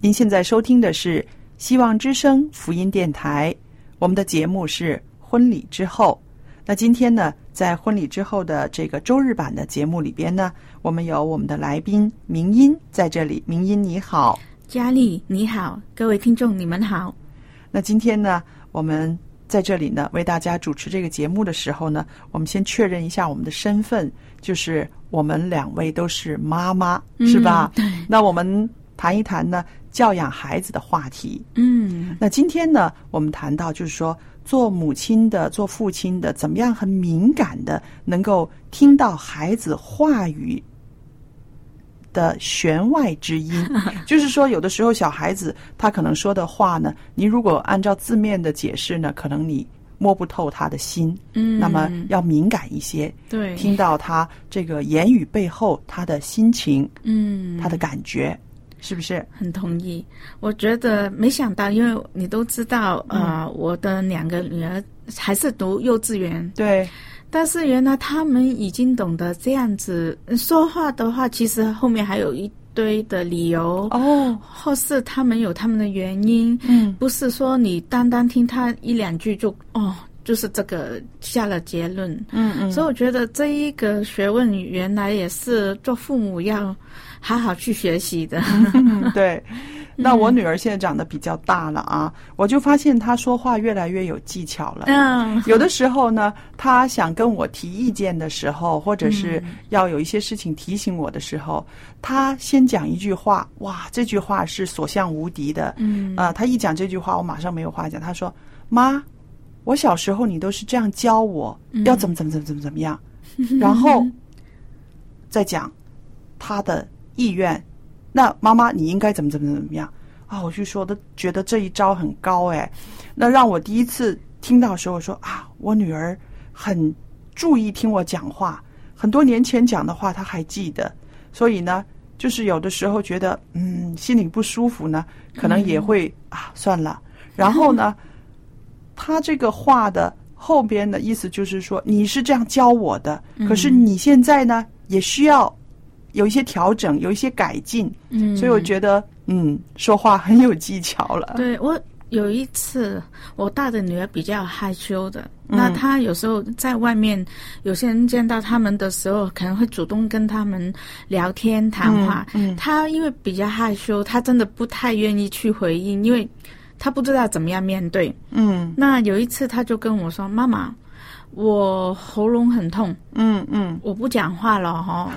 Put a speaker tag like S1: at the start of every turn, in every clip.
S1: 您现在收听的是希望之声福音电台，我们的节目是婚礼之后。那今天呢，在婚礼之后的这个周日版的节目里边呢，我们有我们的来宾明音在这里，明音你好。
S2: 佳丽，你好，各位听众，你们好。
S1: 那今天呢，我们在这里呢为大家主持这个节目的时候呢，我们先确认一下我们的身份，就是我们两位都是妈妈，是吧？那我们谈一谈呢教养孩子的话题。
S2: 嗯
S1: 那今天呢，我们谈到就是说，做母亲的、做父亲的，怎么样很敏感的能够听到孩子话语的弦外之 音，就是说，有的时候小孩子他可能说的话呢，你如果按照字面的解释呢，可能你摸不透他的心，
S2: 嗯，
S1: 那么要敏感一些，
S2: 对，
S1: 听到他这个言语背后他的心情、
S2: 嗯，
S1: 他的感觉，是不是？
S2: 很同意。我觉得没想到，因为你都知道，呃，我的两个女儿还是读幼稚园，
S1: 对，
S2: 但是原来他们已经懂得这样子嗯说话的话，其实后面还有一堆的理由，
S1: 哦，
S2: 或是他们有他们的原因，
S1: 嗯，
S2: 不是说你单单听他一两句就哦，就是这个下了结论。
S1: 嗯嗯，
S2: 所以我觉得这一个学问原来也是做父母要好好去学习的。
S1: 嗯，对。那我女儿现在长得比较大了啊，我就发现她说话越来越有技巧了。
S2: 嗯
S1: 有的时候呢，她想跟我提意见的时候，或者是要有一些事情提醒我的时候，她先讲一句话，哇，这句话是所向无敌的。
S2: 嗯
S1: 啊、她一讲这句话，我马上没有话讲。她说：“妈，我小时候你都是这样教我，要怎么怎么怎么怎么怎么样。” 然后再讲他的意愿。那妈妈，你应该怎么怎么怎么样啊？我就说的，觉得这一招很高哎。那让我第一次听到的时候说啊，我女儿很注意听我讲话，很多年前讲的话她还记得。所以呢，就是有的时候觉得嗯心里不舒服呢，可能也会、
S2: 嗯
S1: 啊算了。然后呢， 他这个话的后边的意思就是说，你是这样教我的，
S2: 嗯
S1: 可是你现在呢，也需要有一些调整，有一些改进。
S2: 嗯
S1: 所以我觉得，嗯，说话很有技巧了。
S2: 对我有一次，我大的女儿比较害羞的，
S1: 嗯
S2: 那她有时候在外面，有些人见到他们的时候，可能会主动跟他们聊天谈话。
S1: 嗯嗯
S2: 她因为比较害羞，她真的不太愿意去回应，因为她不知道怎么样面对。
S1: 嗯
S2: 那有一次，她就跟我说：“妈妈，我喉咙很痛。”
S1: 嗯嗯
S2: 我不讲话了哈、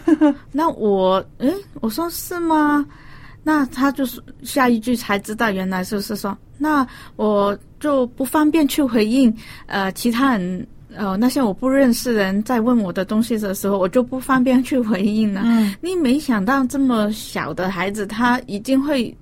S2: 那我诶，我说是吗？那他就是下一句才知道，原来就是说，那我就不方便去回应呃其他人呃那些我不认识人在问我的东西的时候，我就不方便去回应啊了。
S1: 嗯
S2: 你没想到这么小的孩子，他已经会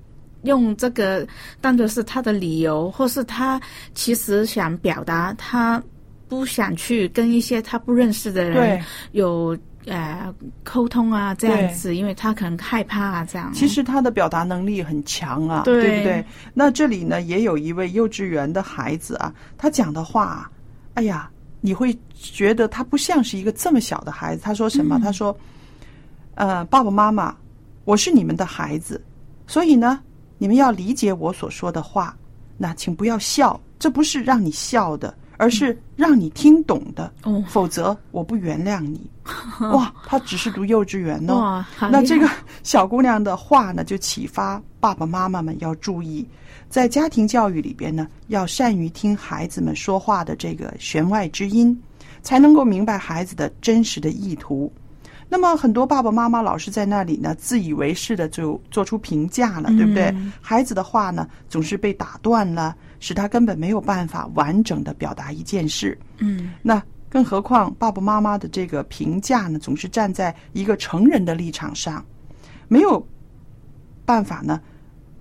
S2: 用这个当做是他的理由，或是他其实想表达他不想去跟一些他不认识的人
S1: 对，
S2: 有呃沟通啊这样子，因为他可能害怕啊这样。
S1: 其实他的表达能力很强啊，
S2: 对
S1: 不对？那这里呢，也有一位幼稚园的孩子啊，他讲的话啊，哎呀，你会觉得他不像是一个这么小的孩子。他说什么？他说：“呃，爸爸妈妈，我是你们的孩子，所以呢，你们要理解我所说的话。那请不要笑，这不是让你笑的，而是让你听懂的。
S2: 哦
S1: 否则我不原谅 你。”哇，他只是读幼稚园哦。
S2: 哇，好
S1: 那
S2: 厉
S1: 这
S2: 害
S1: 个小姑娘的话呢，就启发爸爸妈妈们要注意，在家庭教育里边呢，要善于听孩子们说话的这个弦外之音，才能够明白孩子的真实的意图。那么很多爸爸妈妈老是在那里呢，自以为是的就做出评价了，对不对？孩子的话呢，总是被打断了，使他根本没有办法完整的表达一件事。
S2: 嗯
S1: 那更何况爸爸妈妈的这个评价呢，总是站在一个成人的立场上，没有办法呢，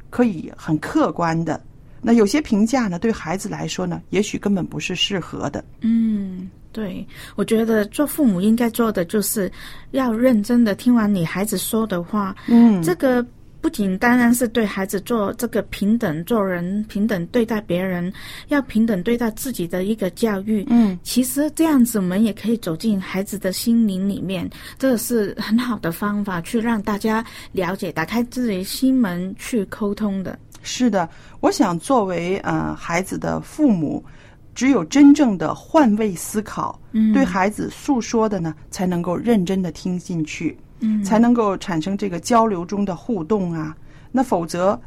S1: 可以很客观的。那有些评价呢，对孩子来说呢，也许根本不是适合的。
S2: 嗯。对，我觉得做父母应该做的就是要认真的听完你孩子说的话，
S1: 嗯
S2: 这个不仅当然是对孩子做这个平等做人、平等对待别人，要平等对待自己的一个教育。
S1: 嗯，
S2: 其实这样子，我们也可以走进孩子的心灵里面，这是很好的方法，去让大家了解、打开自己心门去沟通的。
S1: 是的，我想作为呃孩子的父母，只有真正的换位思考，
S2: 嗯
S1: 对孩子诉说的呢，才能够认真的听进去，
S2: 嗯
S1: 才能够产生这个交流中的互动啊。那否则，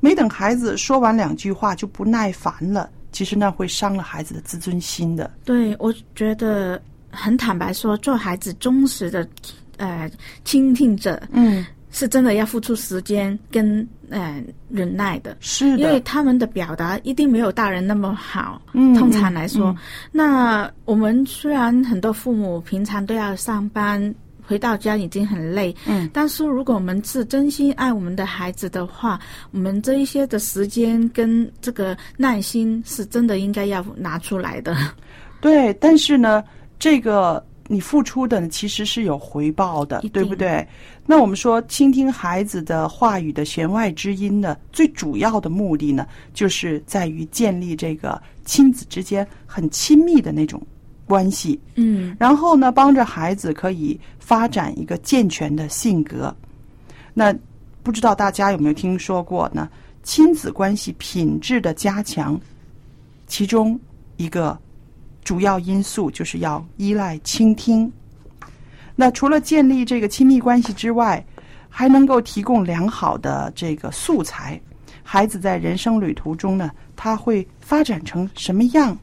S1: 没等孩子说完两句话就不耐烦了，其实那会伤了孩子的自尊心的。
S2: 对，我觉得很坦白说，做孩子忠实的，呃，倾听者
S1: 嗯，
S2: 是真的要付出时间跟呃忍耐的。
S1: 是
S2: 因为
S1: 的，
S2: 他们的表达一定没有大人那么好。
S1: 嗯
S2: 通常来说，
S1: 嗯
S2: 那我们虽然很多父母平常都要上班。回到家已经很累，
S1: 嗯，
S2: 但是如果我们是真心爱我们的孩子的话，我们这一些的时间跟这个耐心是真的应该要拿出来的。
S1: 对，但是呢，这个你付出的呢，其实是有回报的
S2: 一定，
S1: 对不对？那我们说，倾听孩子的话语的弦外之音呢，最主要的目的呢，就是在于建立这个亲子之间很亲密的那种关系，
S2: 嗯
S1: 然后呢，帮着孩子可以发展一个健全的性格。那不知道大家有没有听说过呢？亲子关系品质的加强，其中一个主要因素就是要依赖倾听。那除了建立这个亲密关系之外，还能够提供良好的这个素材，孩子在人生旅途中呢，他会发展成什么样，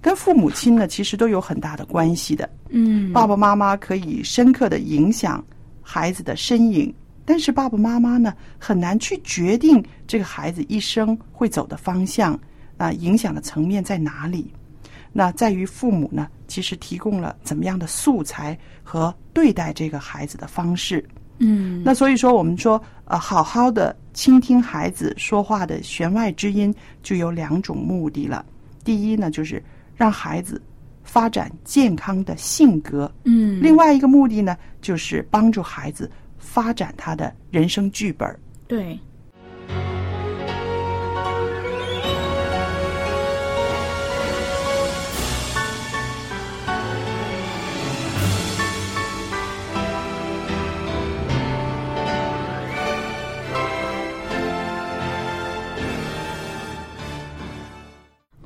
S1: 跟父母亲呢其实都有很大的关系的。
S2: 嗯，
S1: 爸爸妈妈可以深刻的影响孩子的身影，但是爸爸妈妈呢很难去决定这个孩子一生会走的方向啊、影响的层面在哪里？那在于父母呢，其实提供了怎么样的素材和对待这个孩子的方式。
S2: 嗯
S1: 那所以说，我们说，呃，好好的倾听孩子说话的弦外之音，就有两种目的了。第一呢，就是让孩子发展健康的性格；
S2: 嗯，
S1: 另外一个目的呢，就是帮助孩子发展他的人生剧本儿。
S2: 对，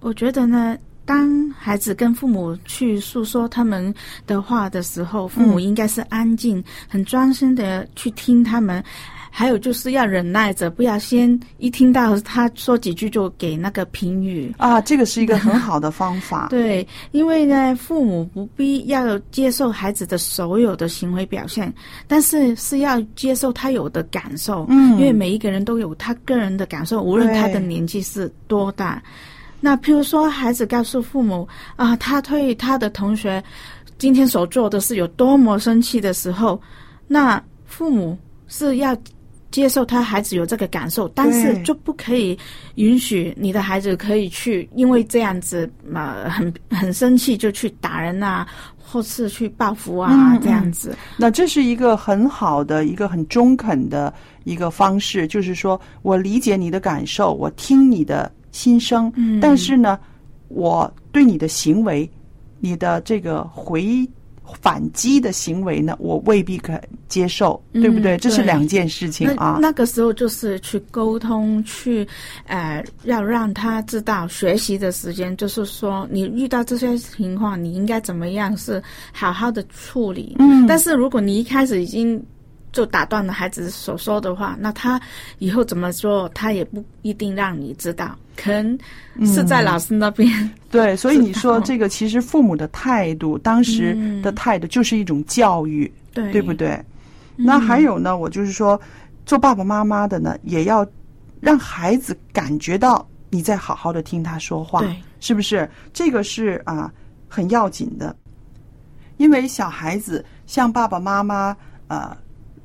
S2: 我觉得呢，当孩子跟父母去诉说他们的话的时候，父母应该是安静、很专心的去听他们。还有就是要忍耐着，不要先一听到他说几句就给那个评语。
S1: 啊，这个是一个很好的方法。
S2: 对，因为呢，父母不必要接受孩子的所有的行为表现，但是是要接受他有的感受。
S1: 嗯
S2: 因为每一个人都有他个人的感受，无论他的年纪是多大。那譬如说，孩子告诉父母啊，他对他的同学今天所做的是有多么生气的时候，那父母是要接受他孩子有这个感受，但是
S1: 对
S2: 就不可以允许你的孩子可以去因为这样子嘛、呃很很生气就去打人啊，或是去报复啊、
S1: 嗯嗯
S2: 这样子。
S1: 那这是一个很好的、一个很中肯的一个方式，就是说我理解你的感受，我听你的心声，
S2: 嗯
S1: 但是呢，我对你的行为、你的这个回反击的行为呢，我未必可接受，
S2: 嗯
S1: 对不对？这是
S2: 对
S1: 两件事情啊
S2: 那。那个时候就是去沟通，去呃，要让他知道学习的时间，就是说你遇到这些情况，你应该怎么样是好好的处理。
S1: 嗯
S2: 但是如果你一开始已经就打断了孩子所说的话，那他以后怎么做，他也不一定让你知道，可能是在老师那边。
S1: 嗯对，所以你
S2: 知
S1: 说
S2: 道
S1: 这个其实父母的态度，当时
S2: 嗯
S1: 的态度就是一种教育，
S2: 对嗯
S1: 对不？对？那还有呢，我就是说，做爸爸妈妈的呢，也要让孩子感觉到你在好好的听他说话
S2: 对，
S1: 是不是？这个是啊、很要紧的，因为小孩子向爸爸妈妈呃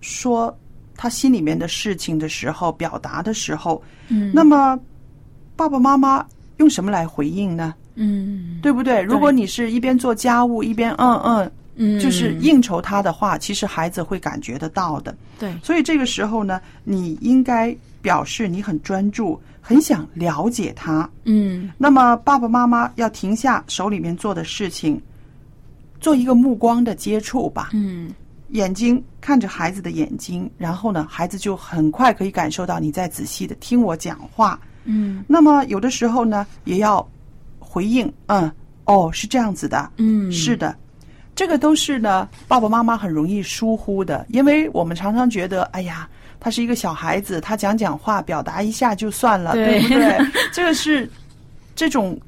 S1: 说他心里面的事情的时候，表达的时候，
S2: 嗯
S1: 那么爸爸妈妈用什么来回应呢？
S2: 嗯
S1: 对不对？如果你是一边做家务一边嗯嗯，
S2: 嗯，
S1: 就是应酬他的话，其实孩子会感觉得到的。
S2: 对
S1: 所以这个时候呢，你应该表示你很专注，很想了解他。
S2: 嗯
S1: 那么爸爸妈妈要停下手里面做的事情，做一个目光的接触吧，
S2: 嗯
S1: 眼睛看着孩子的眼睛，然后呢，孩子就很快可以感受到你在仔细的听我讲话。
S2: 嗯
S1: 那么有的时候呢，也要回应，嗯，哦，是这样子的，
S2: 嗯，
S1: 是的，这个都是呢，爸爸妈妈很容易疏忽的，因为我们常常觉得，哎呀，他是一个小孩子，他讲讲话，表达一下就算了，
S2: 对
S1: 对不 对？这个是这种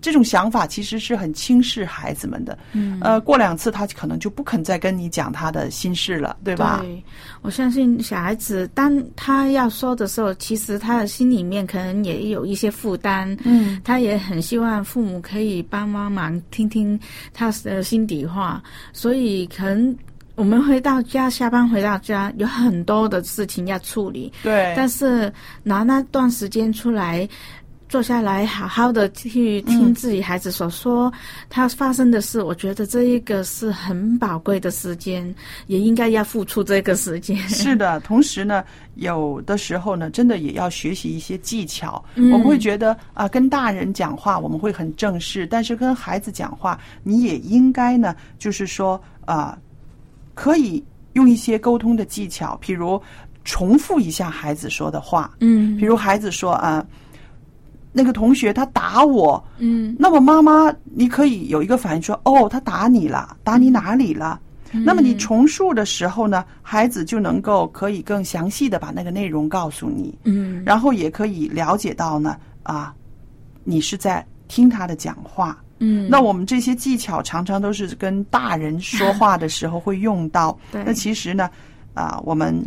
S1: 这种想法其实是很轻视孩子们的。
S2: 嗯
S1: 呃，过两次他可能就不肯再跟你讲他的心事了，对吧？
S2: 对，我相信小孩子当他要说的时候，其实他的心里面可能也有一些负担，
S1: 嗯，
S2: 他也很希望父母可以帮帮忙，听听他的心底话，所以可能。我们回到家，下班回到家，有很多的事情要处理，
S1: 对，
S2: 但是拿那段时间出来，坐下来好好的去听自己孩子所说、他发生的事，我觉得这一个是很宝贵的时间，也应该要付出这个时间。
S1: 是的，同时呢，有的时候呢，真的也要学习一些技巧。
S2: 嗯
S1: 我们会觉得啊、跟大人讲话我们会很正式，但是跟孩子讲话，你也应该呢，就是说啊、可以用一些沟通的技巧，譬如重复一下孩子说的话，
S2: 嗯
S1: 比如孩子说啊、那个同学他打我，
S2: 嗯
S1: 那么妈妈，你可以有一个反应说：“哦，他打你了，打你哪里了？”那么你重述的时候呢，孩子就能够可以更详细的把那个内容告诉你，
S2: 嗯
S1: 然后也可以了解到呢，啊，你是在听他的讲话。
S2: 嗯，。
S1: 那我们这些技巧常常都是跟大人说话的时候会用到
S2: 对
S1: 那其实呢，啊，我们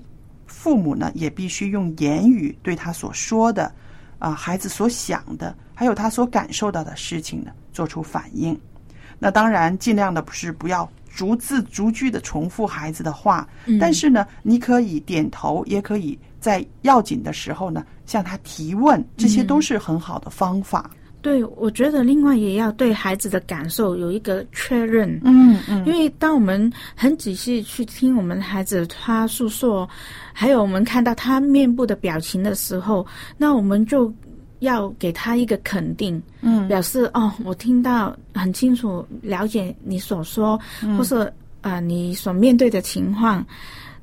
S1: 父母呢也必须用言语对他所说的，啊，孩子所想的，还有他所感受到的事情呢，做出反应。那当然，尽量的不是不要逐字逐句的重复孩子的话，
S2: 嗯
S1: 但是呢，你可以点头，也可以在要紧的时候呢向他提问，这
S2: 嗯
S1: 些都是很好的方法。
S2: 对，我觉得另外也要对孩子的感受有一个确认。
S1: 嗯嗯
S2: 因为当我们很仔细去听我们孩子他诉说，还有我们看到他面部的表情的时候，那我们就要给他一个肯定，
S1: 嗯
S2: 表示哦，我听到很清楚，了解你所说，
S1: 嗯
S2: 或是啊、呃你所面对的情况。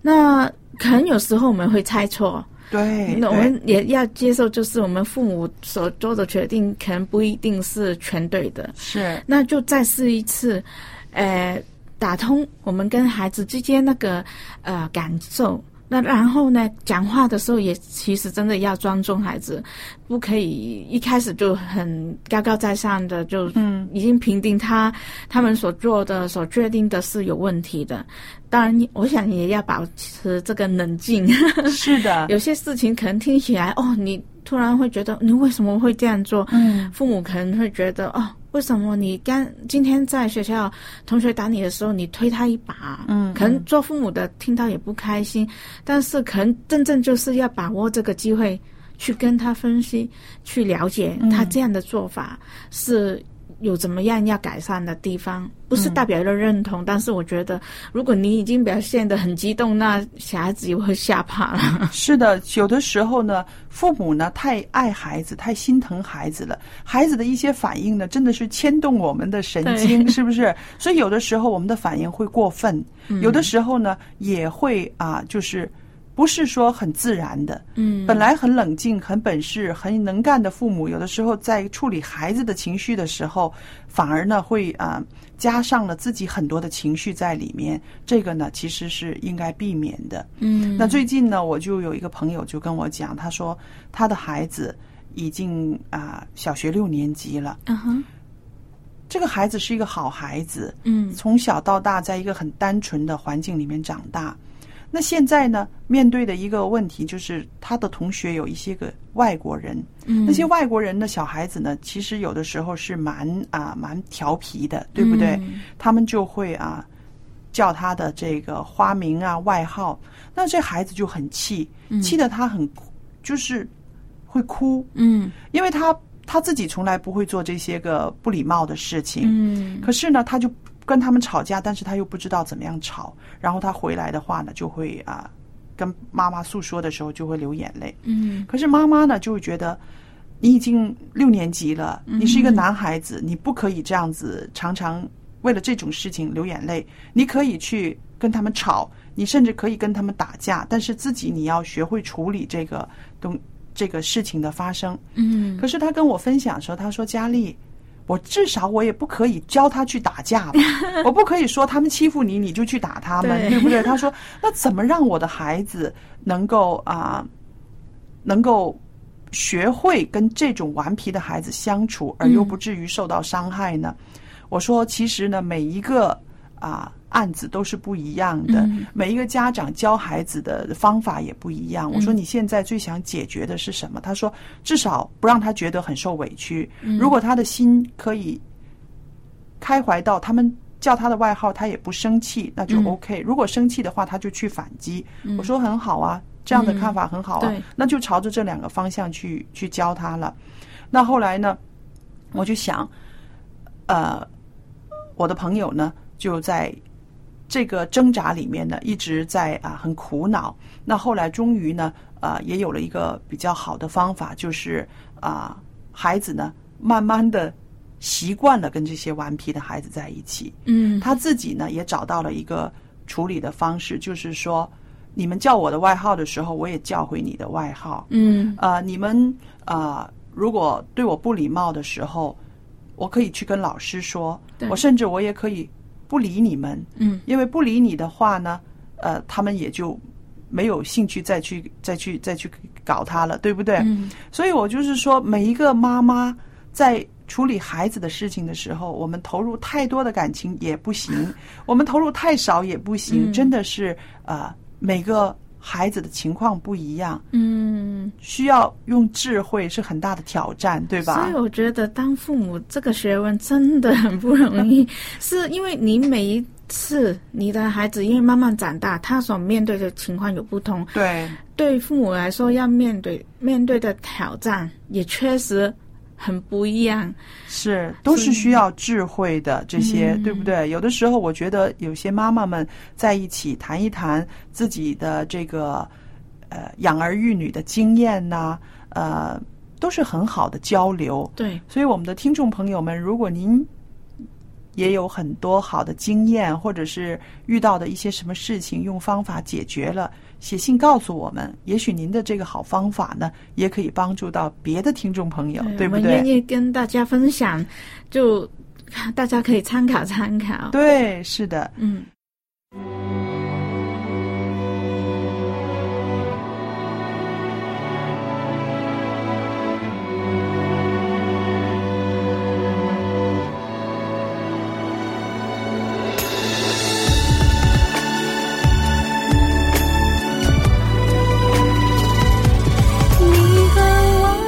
S2: 那可能有时候我们会猜错，
S1: 对，
S2: 那我
S1: 对
S2: 们也要接受，就是我们父母所做的决定可能不一定是全对的。
S1: 是
S2: 那就再试一次，呃，打通我们跟孩子之间那个呃感受。那然后呢，讲话的时候也其实真的要尊重孩子，不可以一开始就很高高在上的，就已经评定他、他们所做的、所决定的是有问题的。当然，我想也要保持这个冷静。
S1: 是的，
S2: 有些事情可能听起来哦，你突然会觉得你为什么会这样做？
S3: 嗯
S2: 父母可能会觉得哦，为什么你刚今天在学校同学打你的时候，你推他一把？
S3: 嗯
S2: 可能做父母的听到也不开心，但是可能真正就是要把握这个机会去跟他分析，去了解他这样的做法是。有怎么样要改善的地方，不是代表了认同，但是我觉得，如果你已经表现得很激动，那小孩子也会吓怕了。
S1: 是的，有的时候呢，父母呢太爱孩子，太心疼孩子了，孩子的一些反应呢，真的是牵动我们的神经，是不是？所以有的时候我们的反应会过分，有的时候呢也会啊，就是不是说很自然的。
S2: 嗯
S1: 本来很冷静、很本事、很能干的父母，有的时候在处理孩子的情绪的时候，反而呢会啊、加上了自己很多的情绪在里面，这个呢其实是应该避免的。
S2: 嗯
S1: 那最近呢，我就有一个朋友就跟我讲，他说他的孩子已经啊、小学六年级了。
S2: 嗯哼，
S1: 这个孩子是一个好孩子，
S2: 嗯
S1: 从小到大在一个很单纯的环境里面长大。那现在呢，面对的一个问题就是他的同学有一些个外国人，
S2: 嗯
S1: 那些外国人的小孩子呢，其实有的时候是蛮啊、蛮调皮的，对不对？
S2: 嗯
S1: 他们就会啊叫他的这个花名啊外号，那这孩子就很气，气得他很哭就是会哭，
S2: 嗯
S1: 因为他他自己从来不会做这些个不礼貌的事情，
S2: 嗯
S1: 可是呢，他就跟他们吵架，但是他又不知道怎么样吵，然后他回来的话呢，就会啊跟妈妈诉说的时候就会流眼泪。
S2: 嗯
S1: 可是妈妈呢，就会觉得你已经六年级了，你是一个男孩子，你不可以这样子常常为了这种事情流眼泪。你可以去跟他们吵，你甚至可以跟他们打架，但是自己你要学会处理这个东这个事情的发生。
S2: 嗯
S1: 可是他跟我分享说，他说佳丽。我至少我也不可以教他去打架 吧，我不可以说他们欺负你你就去打他们，
S2: 对
S1: 对不对？他说，那怎么让我的孩子能够啊、能够学会跟这种顽皮的孩子相处，而又不至于受到伤害呢？我说，其实呢，每一个啊、案子都是不一样的，
S2: 嗯
S1: 每一个家长教孩子的方法也不一
S2: 嗯
S1: 样。我说，你现在最想解决的是什么？他说，至少不让他觉得很受委屈。
S2: 嗯
S1: 如果他的心可以开怀到他们。叫他的外号，他也不生气，那就
S2: 嗯
S1: OK。如果生气的话，他就去反击。我说很好啊，这样的看法很好啊，
S2: 嗯对
S1: 那就朝着这两个方向去去教他了。那后来呢，我就想，呃，我的朋友呢就在这个挣扎里面呢，一直在啊、很苦恼。那后来终于呢，啊也有了一个比较好的方法，就是啊、孩子呢慢慢的习惯了跟这些顽皮的孩子在一起，
S2: 嗯
S1: 他自己呢也找到了一个处理的方式，就是说，你们叫我的外号的时候，我也叫回你的外号。
S2: 嗯
S1: 呃，你们呃，如果对我不礼貌的时候，我可以去跟老师说
S2: 对，
S1: 我甚至我也可以不理你们，
S2: 嗯
S1: 因为不理你的话呢，呃，他们也就没有兴趣再去再去再去搞他了，对不对？
S2: 嗯
S1: 所以我就是说，每一个妈妈在处理孩子的事情的时候，我们投入太多的感情也不 行，我们投入太少也不行，
S2: 嗯
S1: 真的是呃，每个孩子的情况不一样，
S2: 嗯，
S1: 需要用智慧是很大的挑战，对
S2: 所
S1: 吧
S2: 以？我觉得当父母这个学问真的很不容易， 是因为你每一次你的孩子因为慢慢长大，他所面对的情况有不同，
S1: 对，
S2: 对父母来说要面对面对的挑战也确实很不一样。
S1: 是都是需要智慧的这些，
S2: 嗯
S1: 对不对？有的时候我觉得有些妈妈们在一起谈一谈自己的这个呃养儿育女的经验呐、呃，都是很好的交流。
S2: 对，
S1: 所以，我们的听众朋友们，如果您也有很多好的经验，或者是遇到的一些什么事情用方法解决了，写信告诉我们。也许您的这个好方法呢，也可以帮助到别的听众朋友，对
S2: 我
S1: 不
S2: 们愿
S1: 对？
S2: 意跟大家分享，就大家可以参考参考。，
S1: 对，是的。
S2: 嗯。
S4: 你和我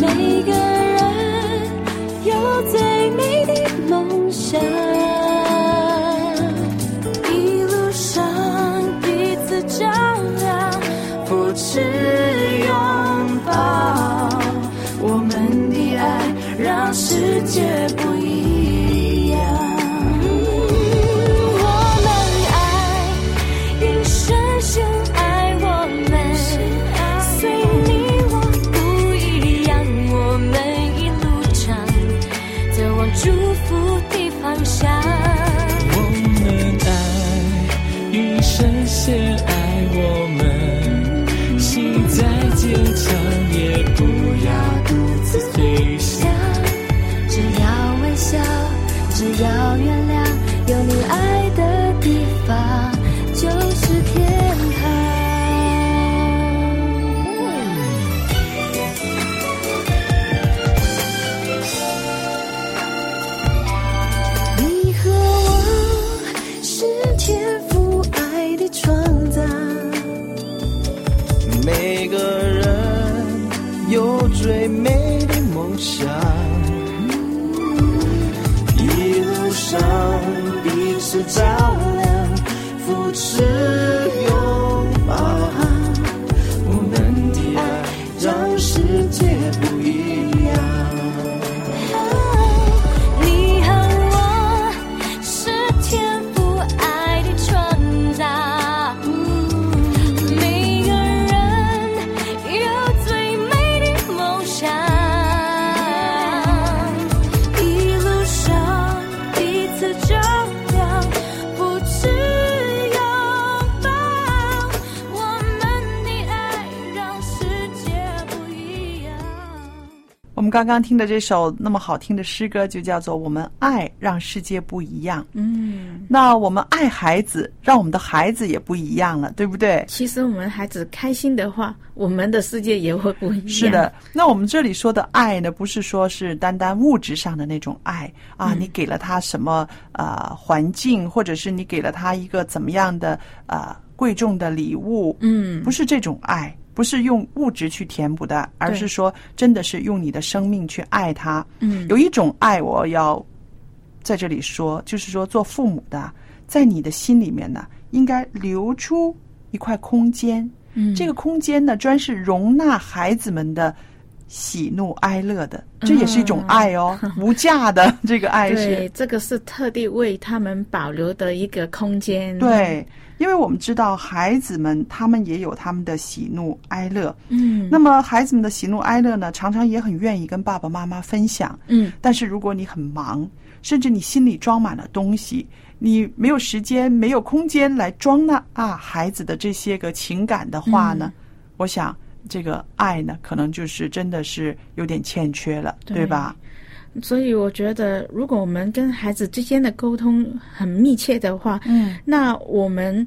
S5: 每个人有最美的梦想，一路上彼此照亮，扶持拥抱，我们的爱让世界不一样。我们爱。因深深爱我们，虽你我不一样，我们一路上走往祝福的方向。
S4: 我们爱，一生先爱我们，心再坚强也不要独自飞翔。
S5: 只要微笑，只要原谅，有你爱的地方就是天堂。你和我是天赋爱的创造，
S4: 每个人有最美的梦想，一路上彼此照亮，扶持拥抱，我们的爱让世界不一样。
S5: 你和我是天赋爱的创造，每个人有最美的梦想，一路上彼此照亮，不知拥抱，我们的爱让世界不一样。
S1: 我们刚刚听的这首那么好听的诗歌，就叫做《我们爱让世界不一样》。
S2: 嗯，
S1: 那我们爱孩子，让我们的孩子也不一样了，对不对？
S2: 其实我们孩子开心的话，我们的世界也会不一样。
S1: 是的，，那我们这里说的爱呢，不是说是单单物质上的那种爱啊，你给了他什么呃环境，或者是你给了他一个怎么样的呃贵重的礼物，
S2: 嗯
S1: 不是这种爱，不是用物质去填补的，而是说真的是用你的生命去爱他。
S2: 嗯
S1: 有一种爱，我要在这里说，就是说做父母的，在你的心里面呢，应该留出一块空间。
S2: 嗯，
S1: 这个空间呢，专是容纳孩子们的喜怒哀乐的，
S2: 嗯
S1: 这也是一种爱 哦，无价的 这个爱
S2: 对
S1: 是。，
S2: 这个是特地为他们保留的一个空间。，
S1: 对，因为我们知道孩子们他们也有他们的喜怒哀乐，
S2: 嗯，
S1: 那么孩子们的喜怒哀乐呢，常常也很愿意跟爸爸妈妈分享。
S2: 嗯
S1: 但是如果你很忙，甚至你心里装满了东西，你没有时间、没有空间来装纳啊孩子的这些个情感的话呢，
S2: 嗯
S1: 我想这个爱呢，可能就是真的是有点欠缺了，对
S2: 对
S1: 吧？
S2: 所以我觉得，如果我们跟孩子之间的沟通很密切的话，
S1: 嗯，
S2: 那我们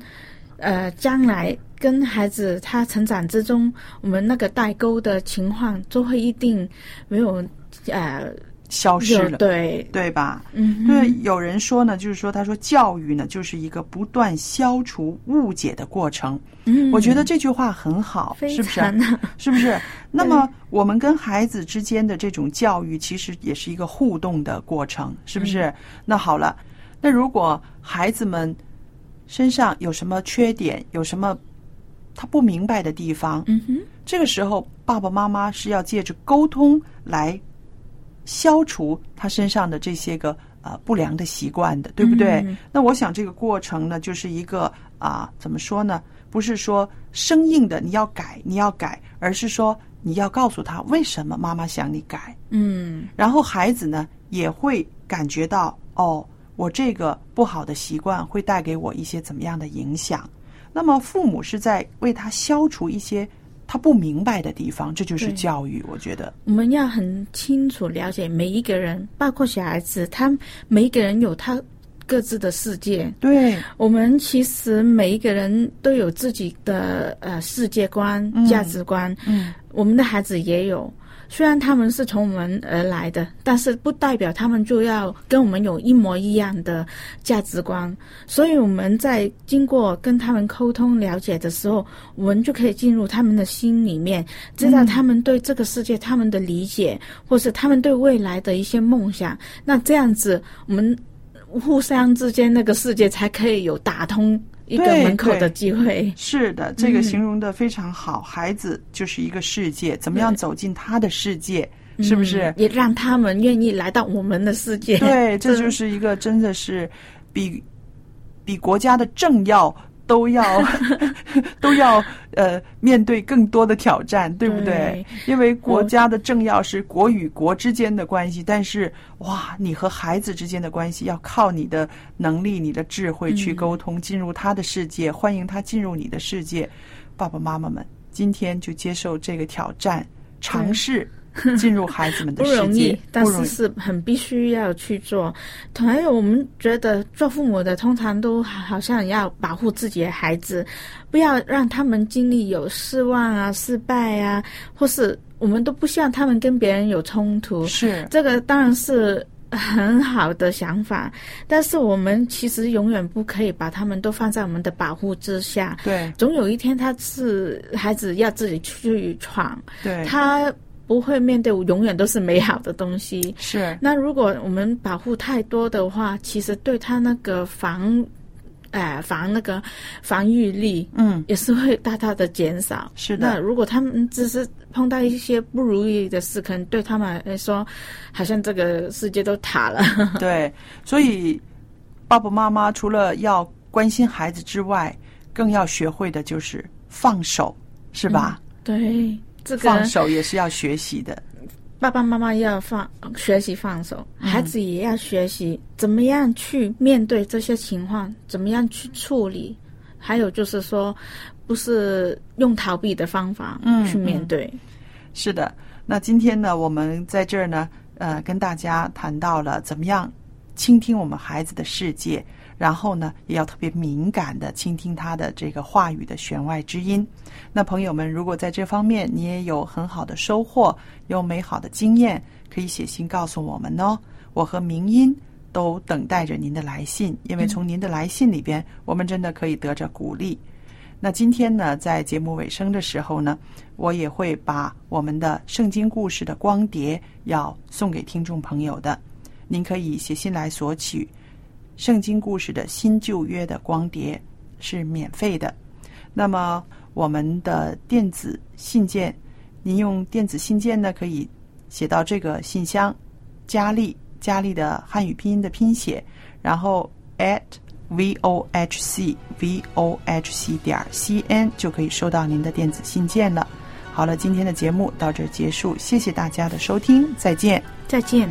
S2: 呃将来跟孩子他成长之中，我们那个代沟的情况就会一定没有呃
S1: 消失
S2: 有
S1: 了，
S2: 对，
S1: 对吧？
S2: 嗯
S1: 对
S2: 哼，，
S1: 有人说呢，就是说，他说教育呢，就是一个不断消除误解的过程。
S2: 嗯
S1: 我觉得这句话很好，
S2: 非
S1: 是不是？
S2: 常啊
S1: 是不是？那么我们跟孩子之间的这种教育，其实也是一个互动的过程，是不是？那好了，那如果孩子们身上有什么缺点，有什么他不明白的地方，
S2: 嗯哼，
S1: 这个时候爸爸妈妈是要借着沟通来消除他身上的这些个呃不良的习惯的，对不对？
S2: 嗯
S1: 那我想这个过程呢，就是一个啊、怎么说呢？不是说生硬的你要改，你要改，而是说你要告诉他为什么妈妈想你改，
S2: 嗯
S1: 然后孩子呢也会感觉到哦，我这个不好的习惯会带给我一些怎么样的影响。那么父母是在为他消除一些他不明白的地方，这就是
S2: 对
S1: 教育。我觉得，
S2: 我们要很清楚了解每一个人，包括小孩子，他每一个人有他各自的世界。
S1: 对
S2: 我们其实每一个人都有自己的呃世界观、价值观，嗯，我们的孩子也有。虽然他们是从我们而来的，但是不代表他们就要跟我们有一模一样的价值观。所以我们在经过跟他们沟通了解的时候，我们就可以进入他们的心里面，知
S1: 嗯
S2: 道他们对这个世界、他们的理解，或是他们对未来的一些梦想。那这样子，我们互相之间那个世界才可以有打通一个
S1: 对
S2: 门口的
S1: 对
S2: 机会。
S1: 是的，这个形容的非常好。孩子就是一个世界，怎么样走进他的世界，是不是
S2: 嗯？也让他们愿意来到我们的世 界？
S1: 对，这就是一个真的是比比国家的政要都要 都要呃面对更多的挑战，对不对？
S2: 对
S1: 因为国家的政要是国与国之间的关系，但是哇，你和孩子之间的关系要靠你的能力、你的智慧去沟通，进入他的世界，欢迎他进入你的世界。爸爸妈妈们，今天就接受这个挑战，尝试 进入孩子们的
S2: 不
S1: 世
S2: 容
S1: 界
S2: 易，，但
S1: 不容
S2: 是
S1: 易
S2: 是很必须要去做。还有，我们觉得做父母的通常都好像要保护自己的孩子，不要让他们经历有失望啊、失败啊，或是我们都不希望他们跟别人有冲突。
S1: 是
S2: 这个当然是很好的想法，但是我们其实永远不可以把他们都放在我们的保护之下。
S1: 对
S2: 总有一天，他是孩子要自己去闯，
S1: 对，
S2: 他不会面对永远都是美好的东西。
S1: 是
S2: 那如果我们保护太多的话，其实对他那个防，呃，防那个防御力
S1: 嗯，
S2: 也是会大大的减少。
S1: 是
S2: 那
S1: 的，
S2: 如果他们只是碰到一些不如意的事，可能对他们来说，好像这个世界都塌了。
S1: 对，所以爸爸妈妈除了要关心孩子之外，更要学会的就是放手，是吧？
S2: 对，这
S1: 放
S2: 个
S1: 手也是要学习的，
S2: 爸爸妈妈要放学习放手，
S1: 嗯
S2: 孩子也要学习怎么样去面对这些情况，怎么样去处理，还有就是说，不是用逃避的方法
S1: 嗯
S2: 去面对。
S1: 是的。那今天呢，我们在这儿呢，呃，跟大家谈到了怎么样倾听我们孩子的世界，然后呢，也要特别敏感的倾听他的这个话语的弦外之音。那朋友们，如果在这方面你也有很好的收获，有美好的经验，可以写信告诉我们哦。我和明音都等待着您的来信，因为从您的来信里边，我们真的可以得着鼓励。那今天呢，在节目尾声的时候呢，我也会把我们的圣经故事的光碟要送给听众朋友的，您可以写信来索取。圣经故事的新旧约的光碟是免费的。那么我们的电子信件，您用电子信件呢，可以写到这个信箱，佳丽，佳丽的汉语拼音的拼写，然后 at v o h c v o h c 点 c n 就可以收到您的电子信件了。好了，今天的节目到这儿结束，谢谢大家的收听，再见。
S2: 再见。